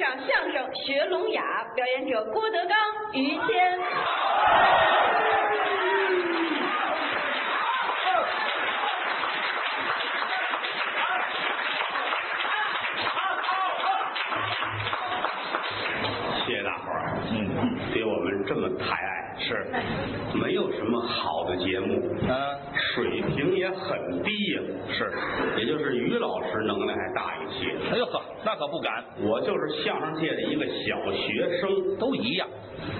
讲相声学聋哑，表演者郭德纲、于谦。谢谢大伙儿嗯对我们这么抬爱，是没有什么好的节目，啊，水平也很低呀、是，也就是于老师能耐还大一些。哎呦呵，那可不敢，我就是相声界的一个小学生，都一样。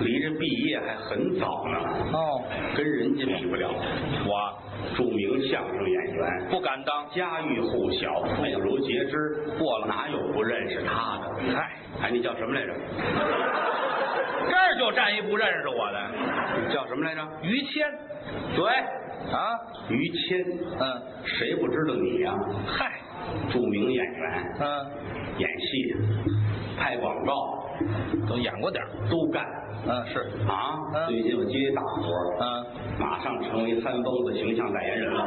离着毕业还很早呢，哦，跟人家比不了。我著名相声演员，不敢当，家喻户晓，妇孺皆知。过了哪有不认识他的？嗨，哎，你叫什么来着？这儿就站一不认识我的你叫什么来着？于谦对，啊，于谦。嗯，谁不知道你呀、嗨，著名演员，嗯，演戏、拍广告都演过点儿，都干嗯是，啊。嗯最近我接一大活儿，嗯，马上成为三蹦子形象代言人了。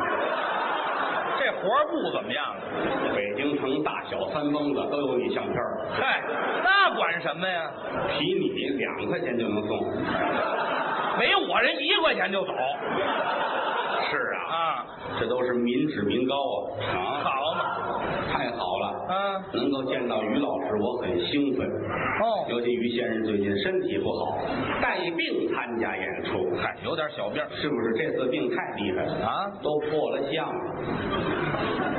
这活儿不怎么样，北京城大小三蹦子都有你相片儿，嗨，那管什么呀？比你两块钱就能送。没我人一块钱就走是啊，啊，这都是民脂民膏啊啊！好嘛，太好了，嗯，能够见到于老师，我很兴奋。哦，尤其于先生最近身体不好，带病参加演出，嗨，有点小病儿是不是这次病太厉害了？啊，都破了相了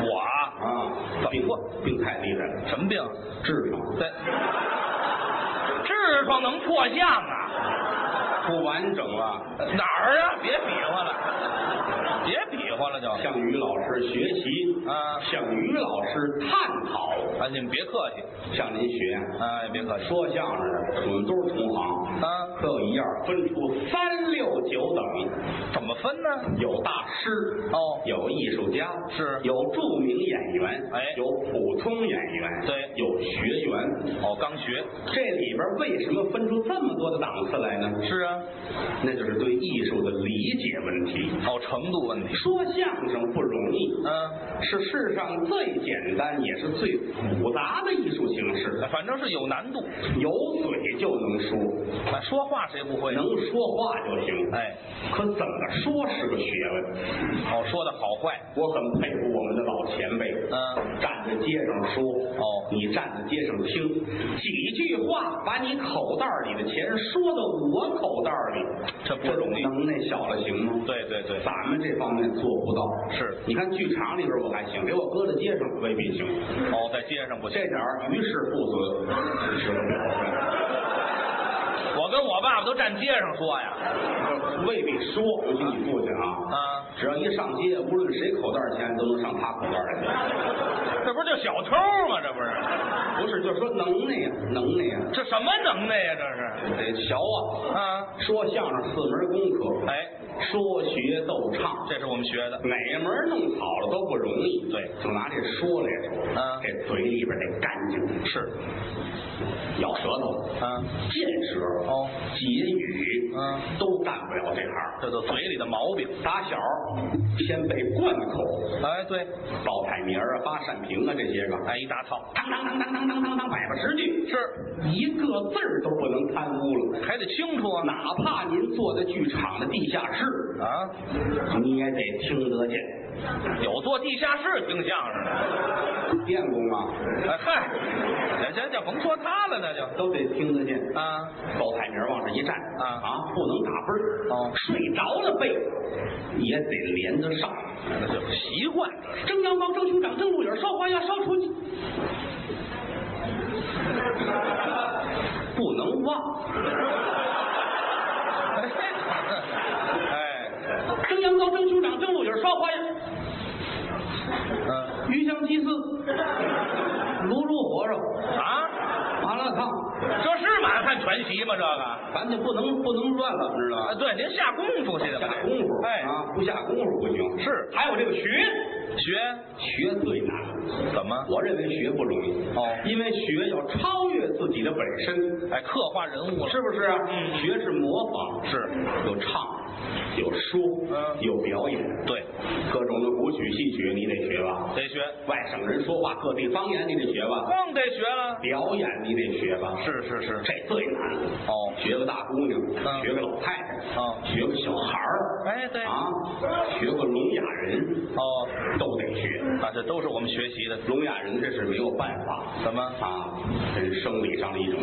我啊啊！怎么病破病太厉害了，什么病？啊痔疮对，痔疮能破相啊？不完整了，哪儿啊？别比划了，别比划了就向于老师学习，啊！向于老师探讨，啊，你们别客气，向您学。啊哎，别客气说相声的，我们都是同行，啊！可有一样分出三六九等，怎么分呢？有大师，哦，有艺术家，是有著名演员，哎有普通演员，对有学员。哦，刚学这里边为什么分出这么多的档次来呢？是啊，那就是对艺术的理解问题。哦，程度问题，说相声不容易，嗯，是世上最简单也是最复杂的艺术形式，反正是有难度。有嘴就能说，啊说话谁不会？能说话就行。哎，可怎么说是个学问，哦，说的好坏，我很佩服我们的老前辈。嗯，站在街上说，哦你站在街上听，几句话把你口袋里的钱说到我口袋里，这不容易这能耐小了行吗？对对对，咱们这方面做不到。是你看剧场里边我还行，给我搁在街上未必行。哦，在街上不我行。这点儿于氏父子是吧我跟我爸爸都站街上说呀，未必说，尤其你父亲啊，啊，只要一上街，无论谁口袋儿钱都能上他口袋儿去。这不是就小偷吗？这不是，不是，就说能耐呀，能耐呀，这什么能耐呀？这是得学啊。啊，说相声四门功课，哎，说学逗唱，这是我们学的。哪门弄好了都不容易。对就拿这说来说，嗯这嘴里边得干净，是咬舌头，啊，见舌，哦，解语，嗯，都干不了这行。这都嘴里的毛病。打小先被灌口，哎，对，报彩泥儿啊、发扇屏啊这些个，哎，一大套当当当当当当当当，百八十句，是，一个字儿都不能贪污了。还得清楚啊。哪怕您坐在剧场的地下室，啊，你也得听得见。有做地下室听相声的。电工啊，哎嗨，行行行，甭说他了，那就都得听得见。啊， 报彩名往这一站啊不能打啵儿哦睡着了背也得连得上。那就习惯这是。蒸羊羔、蒸熊掌、蒸鹿眼、烧花鸭、烧雏鸡，不能忘。哎，蒸羊羔、蒸熊掌、蒸鹿眼、烧花鸭，嗯鱼香鸡丝，卤煮火烧，啊，麻辣烫，这是满汉全席吗？这个咱就不能不能乱了，知道啊，吧？对，您下功夫去的吧下功夫，哎，啊，不下功夫不行。是还有这个学，学学最难。怎么？我认为学不容易哦因为学要超越自己的本身，哎，刻画人物是不是啊？嗯学是模仿，是有唱，有说，嗯有表演，对，各种的古曲、戏曲你得学吧，得学，外省人说话各地方言你得学吧，更得学了。表演你得学吧，是是是，这最难。哦学个大姑娘，嗯学个老太太，嗯学个小孩儿，哎对啊，学个聋哑人哦，都得学。那这都是我们学习的。聋哑人这是没有办法怎么啊，这是生理上的一种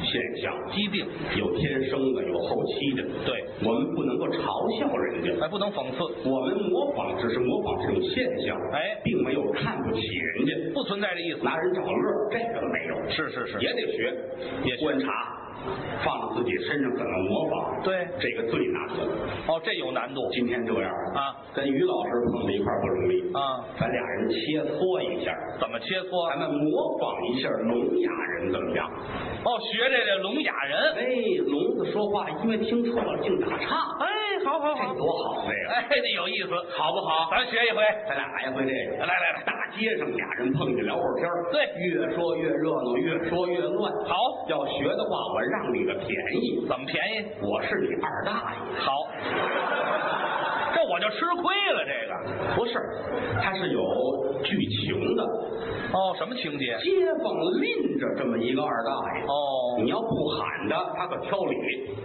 现象，疾病？有天生的，有后期的。对，我们不能够嘲笑人家，哎，不能讽刺，我们模仿只是模仿这种现象，哎并没有看不起人家，不存在这意思。拿人找乐，这个没有。是是也是，得学，也学观察，放到自己身上怎么模仿，对这个最难了。哦，这有难度今天这样啊，跟于老师碰到一块儿不容易，啊。咱俩人切磋一下，怎么切磋咱？们哎模仿一下聋哑人怎么样？哦，学这这聋哑人。哎，聋子说话因为听错了净打岔，哎，好好这多好这个！哎，这有意思，好不好？咱学一回。哎咱俩来一回这个，来来来，大街上俩人碰见聊会儿天儿哎对越说越热闹，越说越乱。好，要学的话，我让你个便宜，怎么便宜？我是你二大爷。好，这我就吃亏了。这个不是，它是有剧情的，哦，什么情节？街坊拎着这么一个二大爷，哦你，要不喊他，他可挑理；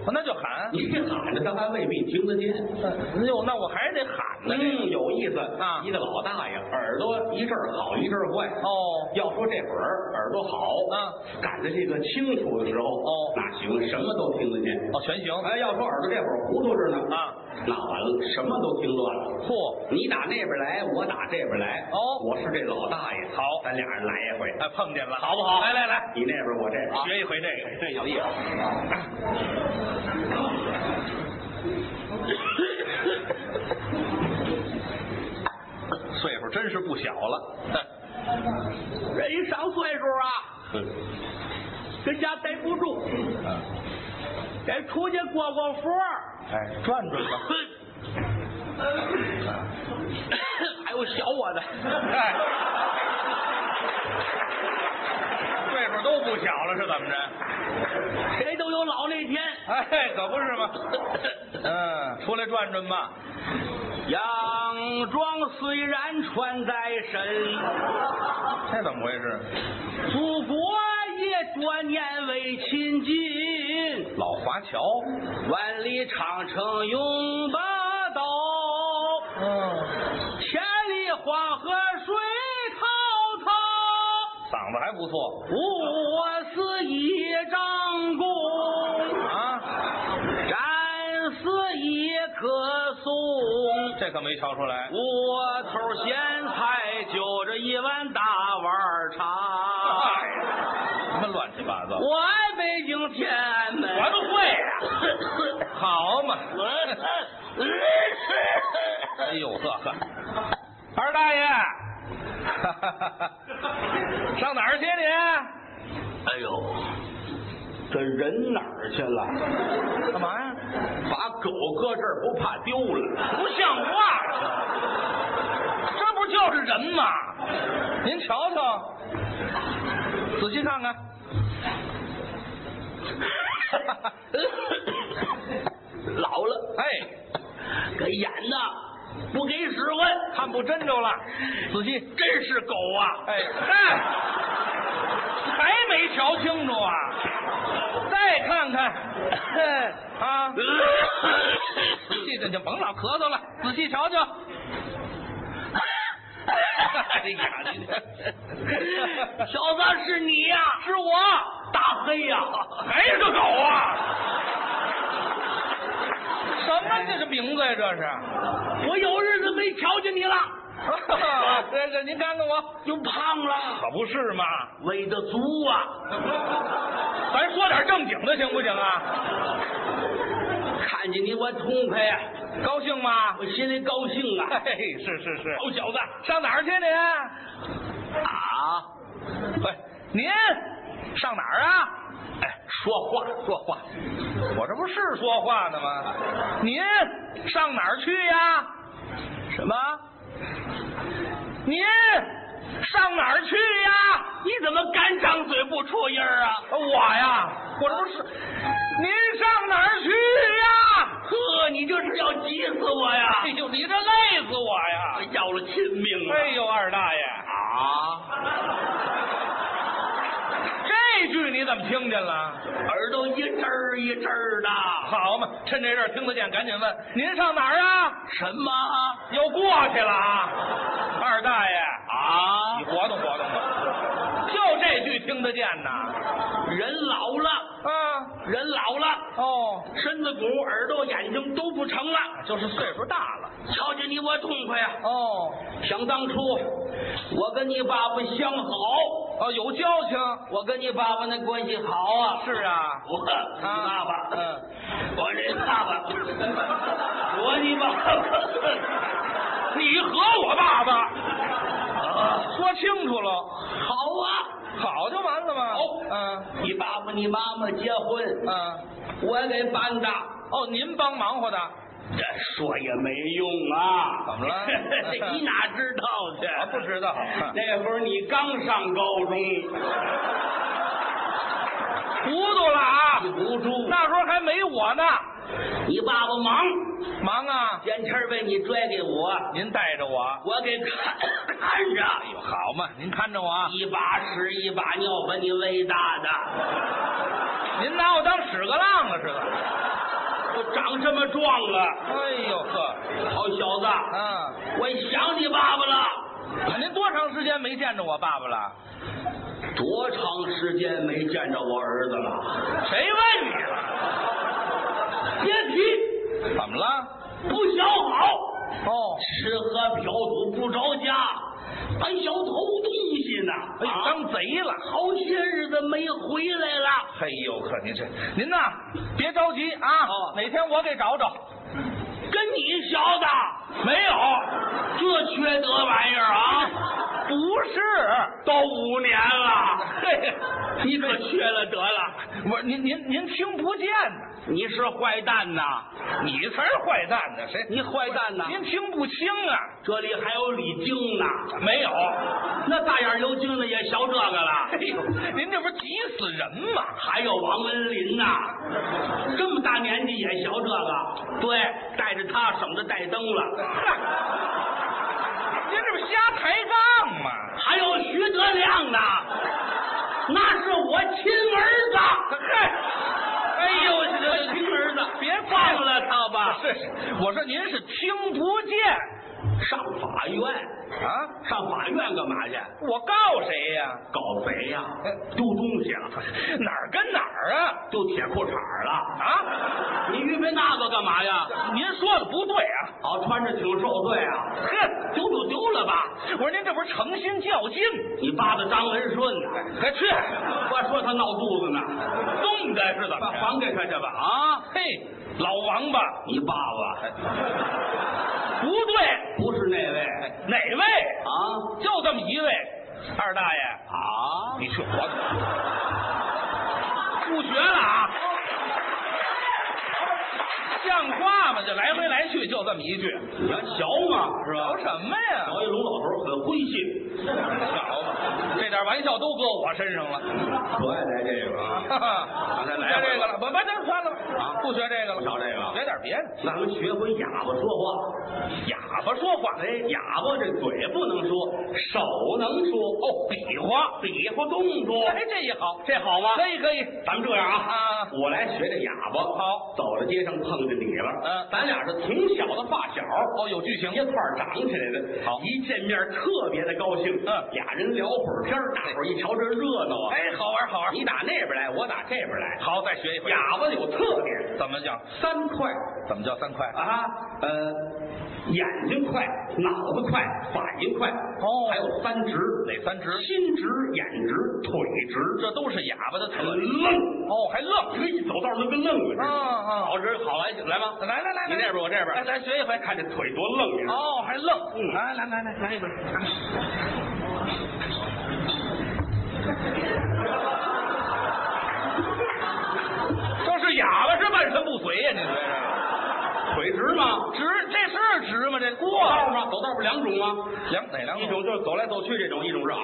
那就喊。你喊他，他还未必听得见。哎呦，那我还是得喊呢。这嗯，有意思啊一个老大爷耳朵一阵儿好一阵儿坏。个哦，要说这会儿耳朵好，嗯，赶在这个清楚的时候，哦那行，什么都听得见。哦，全行。哎，要说耳朵这会儿糊涂着呢，啊，那完了，什么都听乱了。嚯，你打那边来，我打这边来。哦我是这老大爷。好咱俩人来一回。哎，碰见了，好不好？来来来，你那边，我这边。学一回这个，这有意思。岁数真是不小 了，人一上岁数啊，嗯跟家待不住，嗯得出去过过活儿。哎，转转吧。哎还有小我的，哎，岁数都不小了，是怎么着？谁都有老那天。 哎，可不 是吗？嗯，出来转转吧。洋装虽然穿在身，这怎么回事？祖国也多年未亲近。老华侨。万里长城永不倒，嗯，千里黄河水滔滔。嗓子还不错我似一张弓，啊，战似一棵松。这可没瞧出来。窝头咸菜就着一碗大碗茶。哎，什么乱七八糟，我爱北京天安门。我都会啊呀、好嘛。哎呦呵呵，二大 爷，上哪儿去你？哎呦，这人哪儿去了？干嘛呀？把狗搁这儿不怕丢了？不像话！这不就是人吗？您瞧瞧，仔细看看。老了，哎，给演的不给使唤，看不真着了，仔细。真是狗啊！哎， 嗨，还没瞧清楚啊？再看看，啊，仔细这就甭老咳嗽了，仔细瞧瞧。哎呀，你这小子是你呀、是我，大黑呀、还是个狗啊？什么这是名字呀、这是？我有日子没瞧见你了，这这您看看我，又胖了，可不是嘛？喂的足啊！咱说点正经的行不行啊？看见你我痛快呀、高兴吗？我心里高兴啊！哎，是是是，好小子上哪儿去您？啊，喂，您上哪儿啊？哎，说话说话，我这不是说话呢吗？您上哪儿去呀？什么？您上哪儿去呀？你怎么干张嘴不出音儿啊？我呀，我这不是，您上哪儿去呀？呵，你这是要急死我呀哎！呦，你这累死我呀！要了亲命了！哎呦，二大爷，啊，这句你怎么听见了？耳朵一阵儿一阵儿的。啊好嘛，趁这阵儿听得见，赶紧问您上哪儿啊？什么又过去了啊， 二大爷，啊你？活动活动吧，就这句听得见呐。人老了，啊，人老了，哦，身子骨、耳朵、眼睛都不成了。啊就是岁数大了。瞧见你我痛快呀、哦，想当初，我跟你爸爸相好，哦，有交情。我跟你爸爸那关系好啊。是啊，我你爸爸，嗯，我这爸爸，我你爸爸，你和我爸爸，说清楚了，好啊。好就完了嘛。好嗯你爸爸你妈妈结婚，呃嗯，我给办的。哦，您帮忙活的。这说也没用啊！怎么了 你哪知道去？我不知道 那会儿你刚上高中， 糊涂了啊记！不住。那时候还没我呢，你爸爸忙，忙啊！前天儿被你拽给我，您带着我，我给看 看着，好嘛，您看着我啊，一把屎一把尿把你喂大的，您拿我当屎啊壳郎了似的。都长这么壮了，哎呦呵，好小子，嗯，我想你爸爸了，您多长时间没见着我爸爸了？多长时间没见着我儿子了？谁问你了？别提，怎么了？不想好。哦，吃喝嫖赌不着家，还小偷东西呢。哎呦，啊当贼了。好些日子没回来了。嘿呦呵，您这您呐，别着急啊，哦哪天我给找找。跟你学的，没有，这缺德玩意儿啊！不是，都五年了，嘿，你可缺了德了！我您您您听不见呢，你是坏蛋呐！你才是坏蛋呢，谁？你坏蛋呐！您听不清啊？这里还有李菁呢，没有，那大眼刘菁的也学这个了。哎呦，您这不是急死人吗？还有王文林呐、这么大年纪也学这个，对，带着他省着带灯了。您这不是瞎抬杠 吗？还有徐德亮呢，那是我亲儿子。啊嗨，哎呦，这这我亲这儿子，别放了他吧。是是，我说您是听不见上法院，啊？上法院干嘛去？我告谁呀、搞贼呀、丢东西了，哪儿跟哪儿啊？丢铁裤衩了。啊？你预备那个干嘛呀？您说的不对啊！好，穿着挺受罪啊。哼，丢就丢了吧。我说您这不是诚心较劲？你爸爸张文顺呢、快去，我说他闹肚子呢，冻的是怎把么还着？给他去吧啊！嘿，老王八，你爸爸不对，不是那位哪位？啊就这么一位，二大爷，啊！你去活去，不学了啊！像话吗？这来回来去就这么一句，你还小嘛是吧聊？什么呀？小一龙老头儿很诙谐，瞧吧，这点玩笑都搁我身上了。可爱 来这个啊。哈哈，不学这个了，不不，那算了吧，不学这个了，不学这个啊了学点别的。哎咱们学会哑巴说话，哑巴说话，哎，哑巴这嘴不能说，手能说哦，比划比划动作，哎，这也好，哦这好吗？可以可以，咱们这样啊啊，我来学这哑巴。好，走在街上碰见你了，嗯咱俩是从小的发小，哦，有剧情一块儿长起来的。好一见面特别的高兴。嗯俩人聊会儿天儿，大伙儿一瞧这热闹啊，哎，好玩好玩，你打那边来，我打这边来。好，再学一回。哑巴有特点，怎么讲？三快怎么叫三块？啊，呃，眼睛快，脑子快，反应快。哦还有三直，哪三直？心直、眼直、腿直，这都是哑巴的特很点。愣。哦，还愣。这一走道都跟愣了似的。啊好，这好来来吧，来来来，你那边我这边来来学一回。看这腿多愣呀！哦，还愣。嗯来来来来，来一回。这是哑巴是半身不遂呀、你这腿直吗？是直，这是直吗？这走道吗？走道不两种吗？两哪两一种就是走来走去这种，一种是啊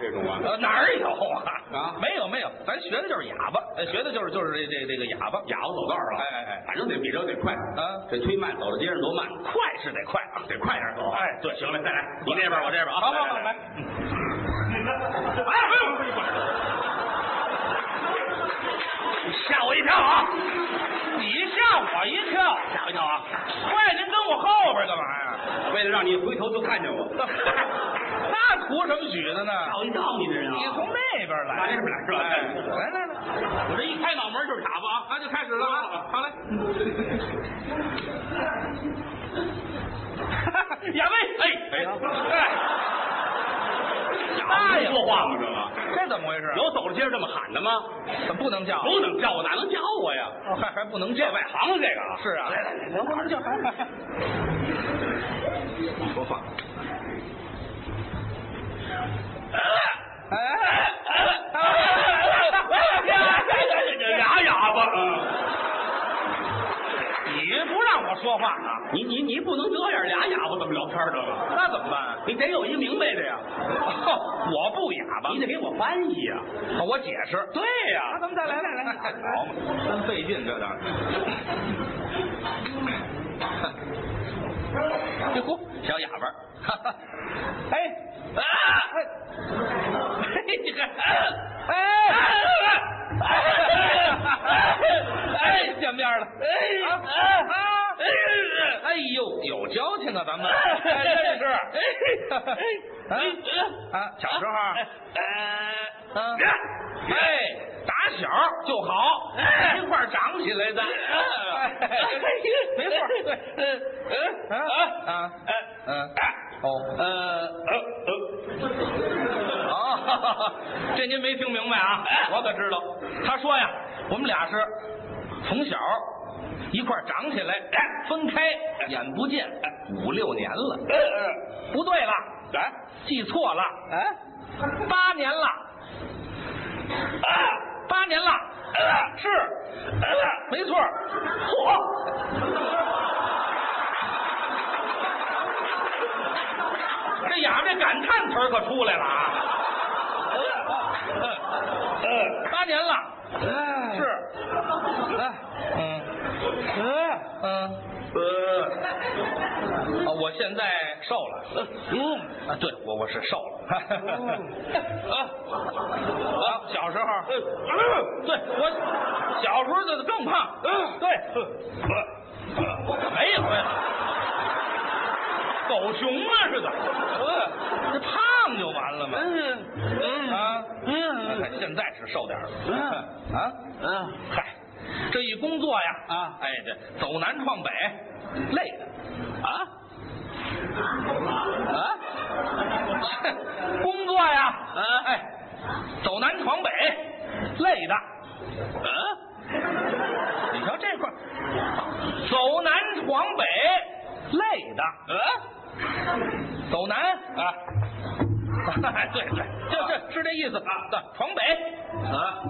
这种啊？呃，哪儿有啊？啊没有没有，咱学的就是哑巴，呃学的就是就是这这这个哑巴，哑巴走道了，哎哎哎反正得比这得快啊这忒慢，走到街上多慢，快是得快啊，得快点走。哎，对，行了，再来，你你这这边边我我这这边边啊，啊，来，哎，不用，吓我一跳啊！你吓我一跳，吓我一跳啊！快，您跟我后边干嘛呀？为了让你回头就看见我，那图什么许的呢？一跳你这人你从那边来，打这边来是吧哎来来来，我这一开脑门就是哑巴啊，那就开始了啊好嘞，亚威，哎哎，哑巴说话吗？这个这怎么回事？有走到街上这么喊的吗？有不能叫？不能叫我，哪能叫我呀？还还不能这叫？外行啊，这个啊是啊，来来来，能不能叫？说话。 哑哑巴，嗯，你不让我说话啊？你你你不能这样，俩哑巴怎么聊天儿这个？那怎么办？你得有一明白的呀，哦我不哑巴，你得给我翻译呀。我解释。对呀，咱们再来，来来，好嘛，真费劲，这当然。哟呼，小哑巴，哈哈，哎，啊，嘿，你看，哎，哎，哎，见面了，哎，啊，哎呦，有交情啊，咱们，哎，真是，啊啊，小时候，嗯，哎，打小就好，一块儿长起来的，哎没错，对，嗯啊啊，嗯，哦，呃呃呃，哦，这您没听明白啊？我可知道，他说呀，我们俩是从小一块儿长起来，分开眼不见五六年了，不对了，哎，记错了，哎，八年了，啊，八年了，是，没错，哎嚯。 这哑巴这感叹词儿可出来了啊！呃，八年了，是，嗯，嗯，呃，啊，我现在瘦了，嗯，啊，对我我是瘦了， 啊，啊，小时候，对我小时候就是更胖，对， 没有呀。狗熊啊似的，嗯这胖就完了嘛。嗯啊，嗯，现在是瘦点儿了。嗯啊嗯，嗨，这一工作呀啊，哎，这走南闯北，累的啊啊，工作呀啊，哎，走南闯北，累的，嗯、你瞧这块儿，走南闯北，累的。嗯、走南啊， 对对，这这是这意思啊。对，闯北啊，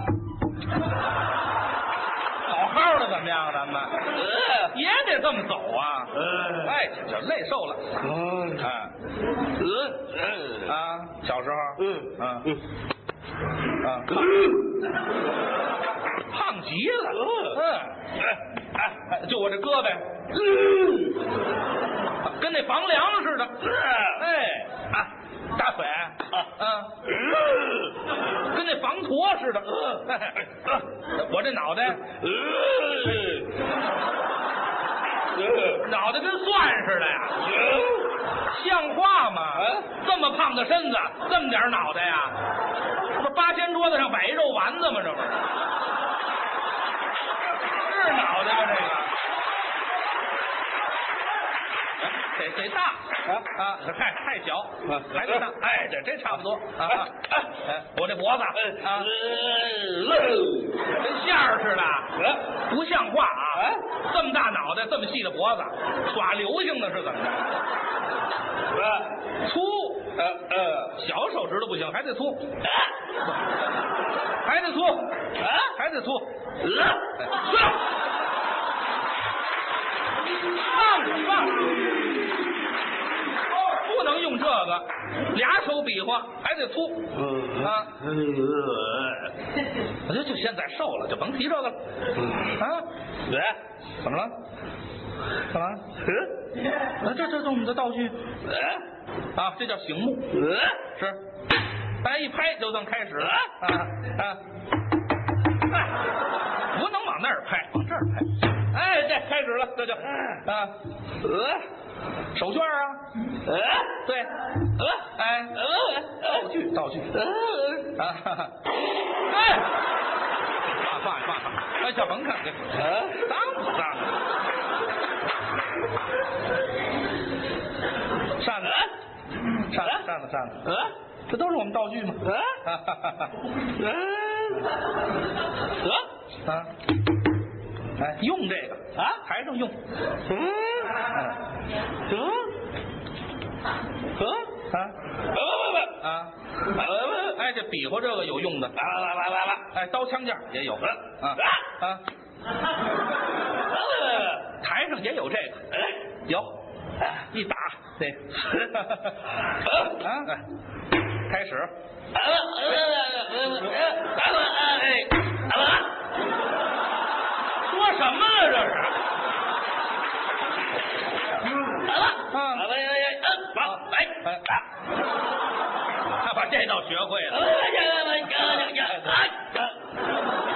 好好的怎么样？啊咱们、也得这么走啊。哎，这累瘦了。嗯，哎，呃啊，小时候，嗯啊嗯啊，胖极了，嗯，哎哎，就我这胳膊，跟那房梁似的，哎，啊，大腿，啊，跟那房坨似的，哎我这脑袋，脑袋跟蒜似的呀，像话吗？这么胖的身子，这么点脑袋呀？这不八仙桌子上摆一肉丸子吗？这不是？是脑袋吗？这个？得得大啊啊！太太小，还得大。哎，这这差不多啊。啊哎我这脖子啊，跟线儿似的，啊不像话啊！这么大脑袋，这么细的脖子，耍流星的是怎么着？粗，呃呃，小手指头不行，还得粗，还得粗，啊，还得粗，哎是。放放。哦，不能用这个，俩手比划还得粗。嗯啊嗯我就就现在瘦了，就甭提这个了。啊，对，怎么了？干嘛？啊，这这是我们的道具。啊，这叫醒目。是，大家一拍就算开始了。啊啊！哎，不能往那儿拍，往这儿拍。哎，这开始了，这就啊，呃，手绢啊，呃，对，呃，哎，呃，道具，道具，呃，啊，哈哈哎。啊，放下放下，哎，小甭看这，呃脏不脏？啊扇子，扇子，扇子，扇子，这都是我们道具吗？ 啊，哈哈哈得啊，哎，用这个啊，还能用？嗯，得得啊。啊，哎，这比划这个有用的，来来来来来，哎，刀枪剑也有，啊啊，台上也有这个，哎有，哎一打这 个，啊，开始，说什么呢这是？啊，哎，他把这倒学会了，哎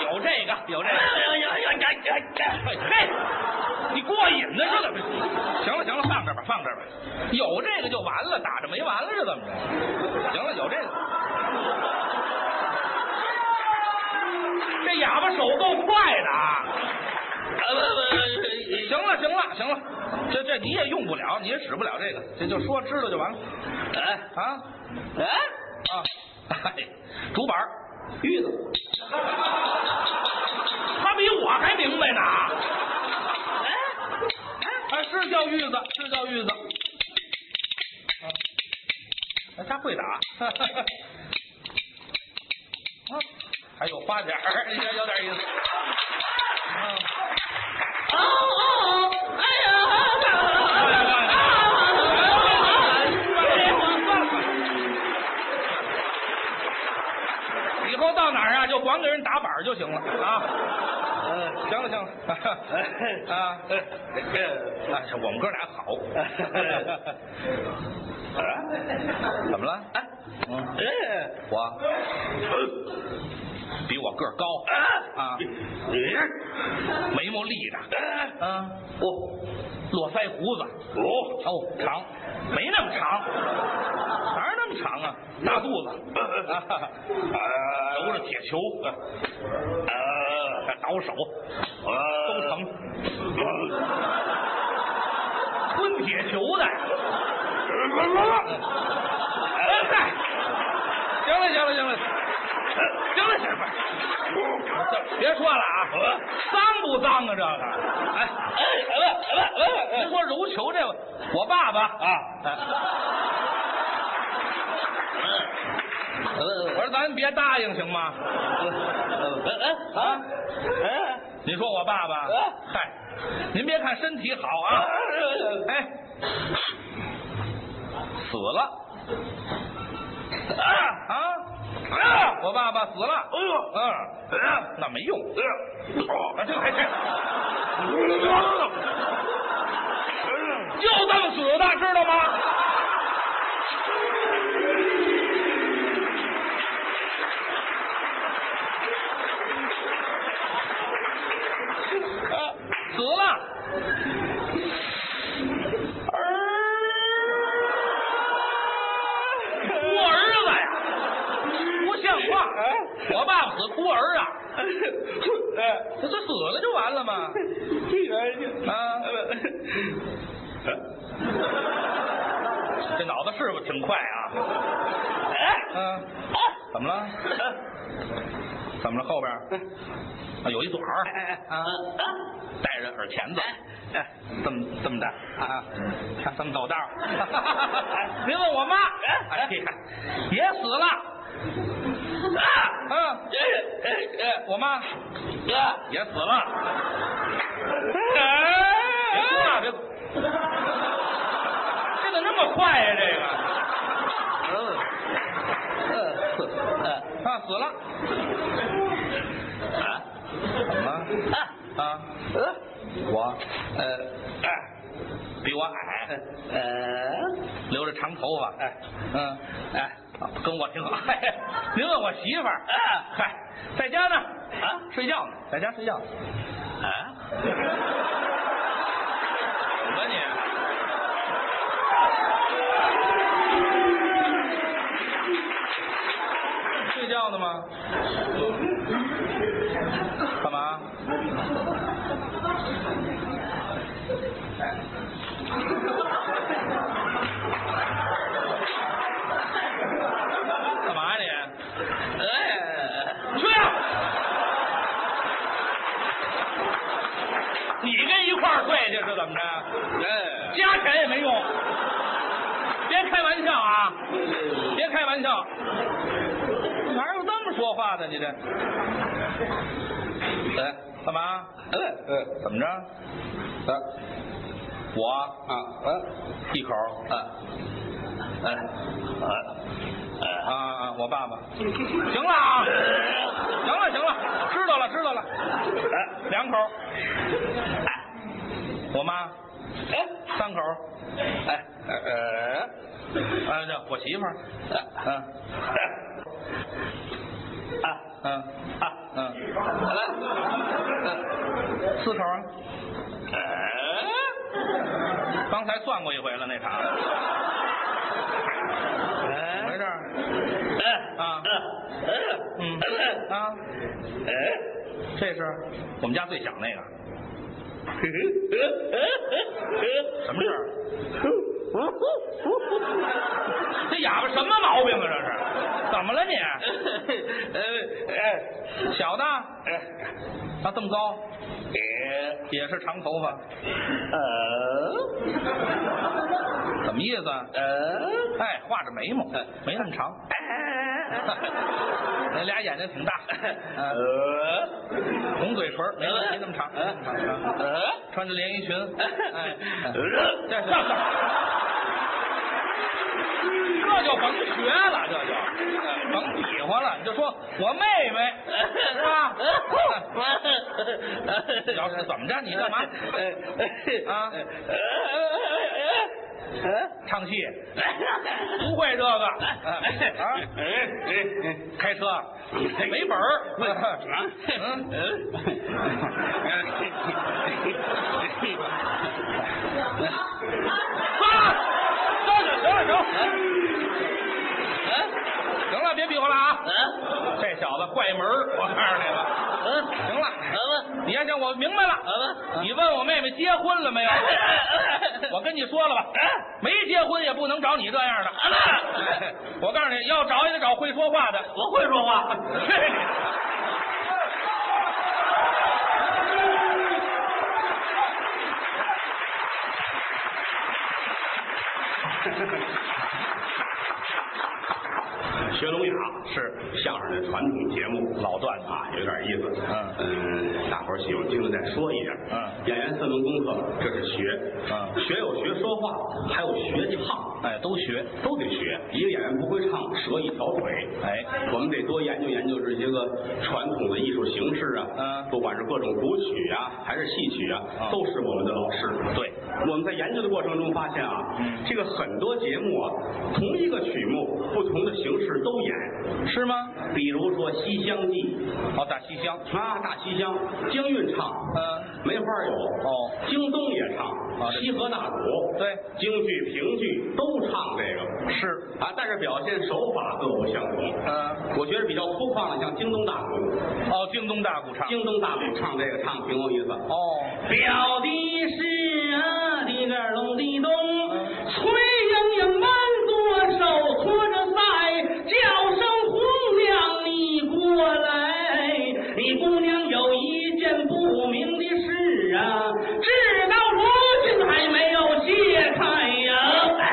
有这个，有这个。嘿，你过瘾呢是怎么着？行了行了，放这儿吧，放这儿吧。有这个就完了，打着没完了是怎么着？行了，有这个。这哑巴手够快的啊！呃行了行了行了，这这你也用不了，你也使不了这个，这就说知道就完了。哎啊哎啊！哎，竹板儿玉子，他比我还明白呢。嗯哎，是叫玉子，是叫玉子。啊，他会打。啊，还有花点儿， 有有点意思。啊。以后到哪儿啊，就光给人打板就行了啊。嗯，行了行 了，啊，哎，我们哥俩好。 怎么了？哎，我比我个儿高啊，眉毛立着，啊，哦，络腮胡子，哦，哦，长，没那么长，哪儿那么长啊？大肚子，啊，揉着铁球，啊，倒手，都成，吞铁球的。 哎嗨，行了行了行了，行了行了，这 别说了啊，脏不脏啊这个？哎哎哎哎，您说揉球这个，我爸爸啊。我说咱别答应行吗？啊，您说我爸爸？嗨，您别看身体好啊，哎，死了啊啊啊！我爸爸死了。哎呦，嗯，那没用。啊，这还这。就这么死的，知道吗？死呃了。哭儿子呀，不像话！我爸爸死哭儿啊，这这死了就完了吗？啊，这脑子是不是挺快啊？嗯，怎么了？怎么了？后边 啊有一短儿啊，戴着耳钳子，哎，这么这么戴啊，这么走道儿。您问我妈，哎，也死了。啊，哎我妈哎啊也死了。哎别哭啊，别哭。这怎么那么快呀、这个嗯嗯嗯啊，呃死了啊怎么了啊？呃我呃哎，比我矮，呃留着长头发，哎，嗯，哎跟我挺好。哎您问我媳妇儿，嗨，在家呢，啊，睡觉呢，在家睡觉呢。啊！怎么你？啊睡觉呢吗？干嘛？干嘛呀哎你？去！你跟一块儿睡去是怎么着？哎加钱也没用，别开玩笑啊！别开玩笑，哪有这么说话的？你这，哎，干嘛？呃呃怎么着？呃我啊呃一口啊哎呃啊啊！我爸爸，行了啊，行了行了，知道了知道了，哎，两口，我妈三口，哎呃哎，对，我媳妇儿，嗯啊嗯啊嗯，呃四口啊。呃刚才算过一回了，那场怎么回事儿啊？嗯啊，这是我们家最响那个，什么事儿？啊这哑巴什么毛病啊？这是怎么了你？呃哎小的啊，这么高，也是长头发，怎么意思啊？哎，画着眉毛，没那么长， 那俩眼睛挺大，嗯红嘴唇，没那么没那么长，没那么长啊穿着连衣裙，哎，这是这就甭学了，这就哎甭比划了，你就说我妹妹是吧？哎小是怎么着？你干嘛啊？唱戏？不会这个啊？开车没本儿？啊！行了行了行了，行了，别比划了啊！这小子怪门儿我告诉你了。行了，你还想我明白了？你问我妹妹结婚了没有？我跟你说了吧，没结婚也不能找你这样的。我告诉你，要找也得找会说话的。 我会说话。去你！学聋哑是相声的传统节目，老段子啊，有点意思。嗯嗯，大伙儿喜欢听了再说一下。嗯演员四门功课，这是学。嗯学有学说话，还有学唱，哎，都学。都得学。一个演员不会唱，折一条腿。哎，我们得多研究研究这些个传统的艺术形式啊，嗯不管是各种古曲啊，还是戏曲啊，嗯都是我们的老师。对，我们在研究的过程中发现啊，嗯这个很多节目啊，同一个曲目，不同的形式都演。是吗？比如说《西厢记哦，打西厢。》啊，大西厢，京韵唱，嗯，梅花有，哦京东也唱，啊这西河大鼓，对京剧、评剧都唱这个是。啊，但是表现手法各不相同。嗯，我觉得比较粗犷的，像京东大鼓，哦，京东大鼓唱。京东大鼓唱这个唱挺有意思。哦，表弟是啊，的个隆的咚，崔莺莺满左手搓着腮，叫声红娘你过来。你姑娘有一件不明的事啊，直到如今还没有解开呀。哎，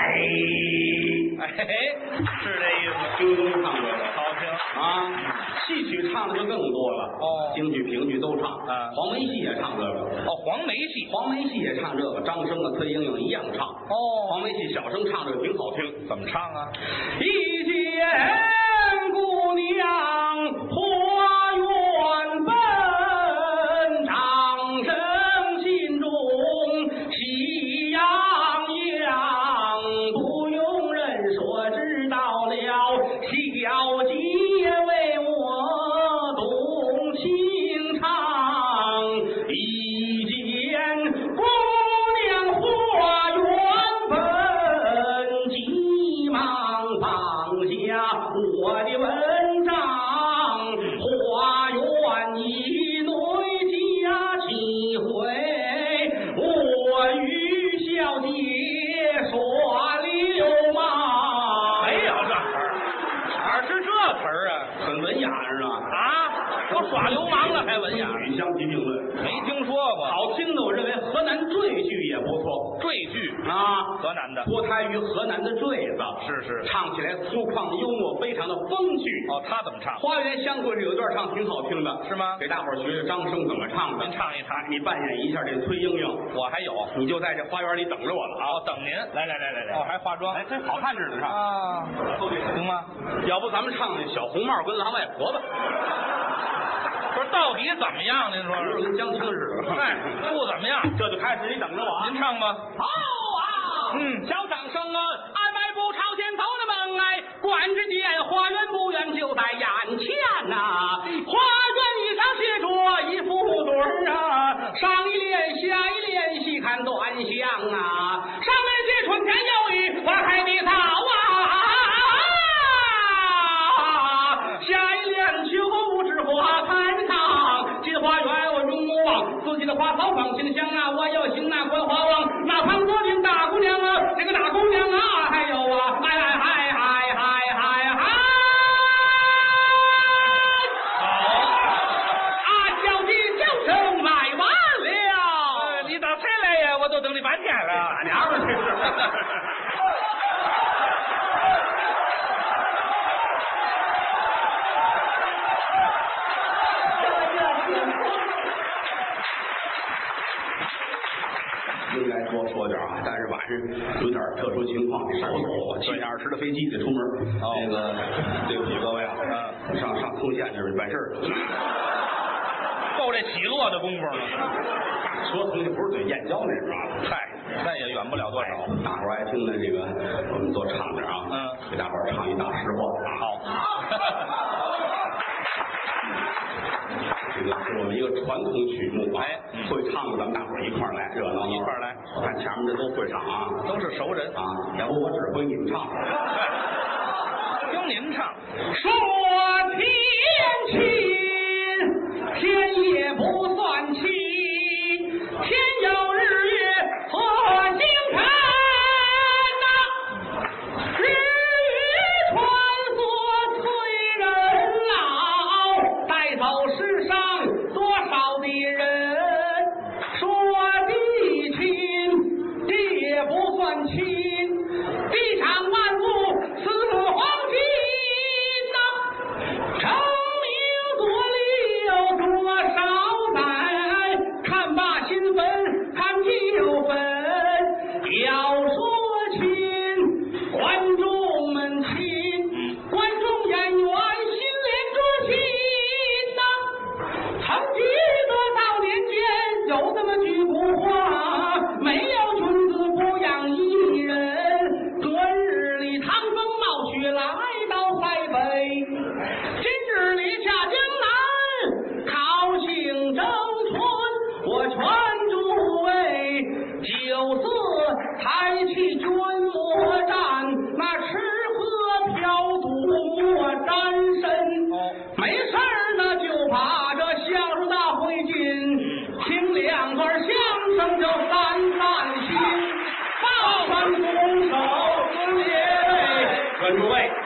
哎，是这意思。京东唱过的，好好听。啊，戏曲唱的就更多了。哦京剧、评剧都唱。嗯黄梅戏也唱这个，哦，黄梅戏。黄梅戏也唱这个，张生啊、崔莺莺一样唱。哦黄梅戏小生唱这个挺好听。怎么唱啊？一见姑娘花园奔，长生心中喜洋洋。不用人说，知道了，小姐为我动情长。一见姑娘花园奔，急忙放下我的文章，花园一对家几回，我与小姐耍流氓。没有哎这词儿，哪儿是这词儿啊？很文雅是吧？啊，我耍流氓了还文雅？与相提并论，没听说过。好听的我认为河南赘婿也不错赘婿，啊。河南的。脱胎于河南的坠子，是是唱起来粗犷幽默，非常的风趣。哦，他怎么唱？花园相会这有段唱挺好听的，是吗给大伙儿学学张生怎么唱的。您唱一唱你扮演一下这崔莺莺，我还有。你就在这花园里等着我了啊！好，等您。来来来来来。哦还化妆哎，真好看着呢，唱。啊，行吗？哦要不咱们唱那小红帽跟狼外 婆吧，不是，到底怎么样？您说反正是？跟江青似的。哎，不怎么样。这就开始，你等着我啊您！唱吧。好啊，嗯小掌声啊，安排不朝前走的门哎，管之间花园不远就在眼前呐、花园以上写着一副对儿啊，上一联下一联细看端详啊，上面写春天有雨花开的早啊，下一联秋之花开的早，进花园我入目望。自己的花草放清香啊，我要行那观花望，那潘国林大姑娘啊，这个大姑娘啊，还有啊，哎哎哎哎哎哎哎，好啊，小弟叫声买完呃了，你到谁来呀？我都等你半天了。打娘们儿这是。应该多说点啊，但是晚上有点特殊情况，少走啊。七点二十的飞机得出门。哦那个对不起各位啊，上上通县那边办事儿去，够这起落的功夫了。说从去不是对燕郊那边啊。嗨，那也远不了多少。大伙儿爱听的这个，我们多唱点啊，嗯给大伙儿唱一大实话。啊 好，这个是我们一个传统曲目啊，哎嗯会唱的咱们大伙儿一块儿来，热闹一块儿来。我看前面这都会唱啊，都是熟人。啊，要不我指挥你们唱，听您唱，说天亲，天也不算亲，天有日月和星辰呐、日月穿梭催人老，带走世上多少的人。说地亲，地也不算亲，地产万物似黄金呐、成名夺利有多少载？看罢新坟，看旧坟，要说亲，观众们亲，观众演员心连着心呐、曾经多少年间，有这么句古话：没有君子不养艺人。昨日里趟风冒雪来到塞北，今日里下江南，考醒争春。我劝诸位，酒色财气君莫沾，那吃喝嫖赌莫沾身。哦没事儿呢，就把这相声大会进，听两段相声就散散心，抱饭拱手尊列位。哎观众位。啊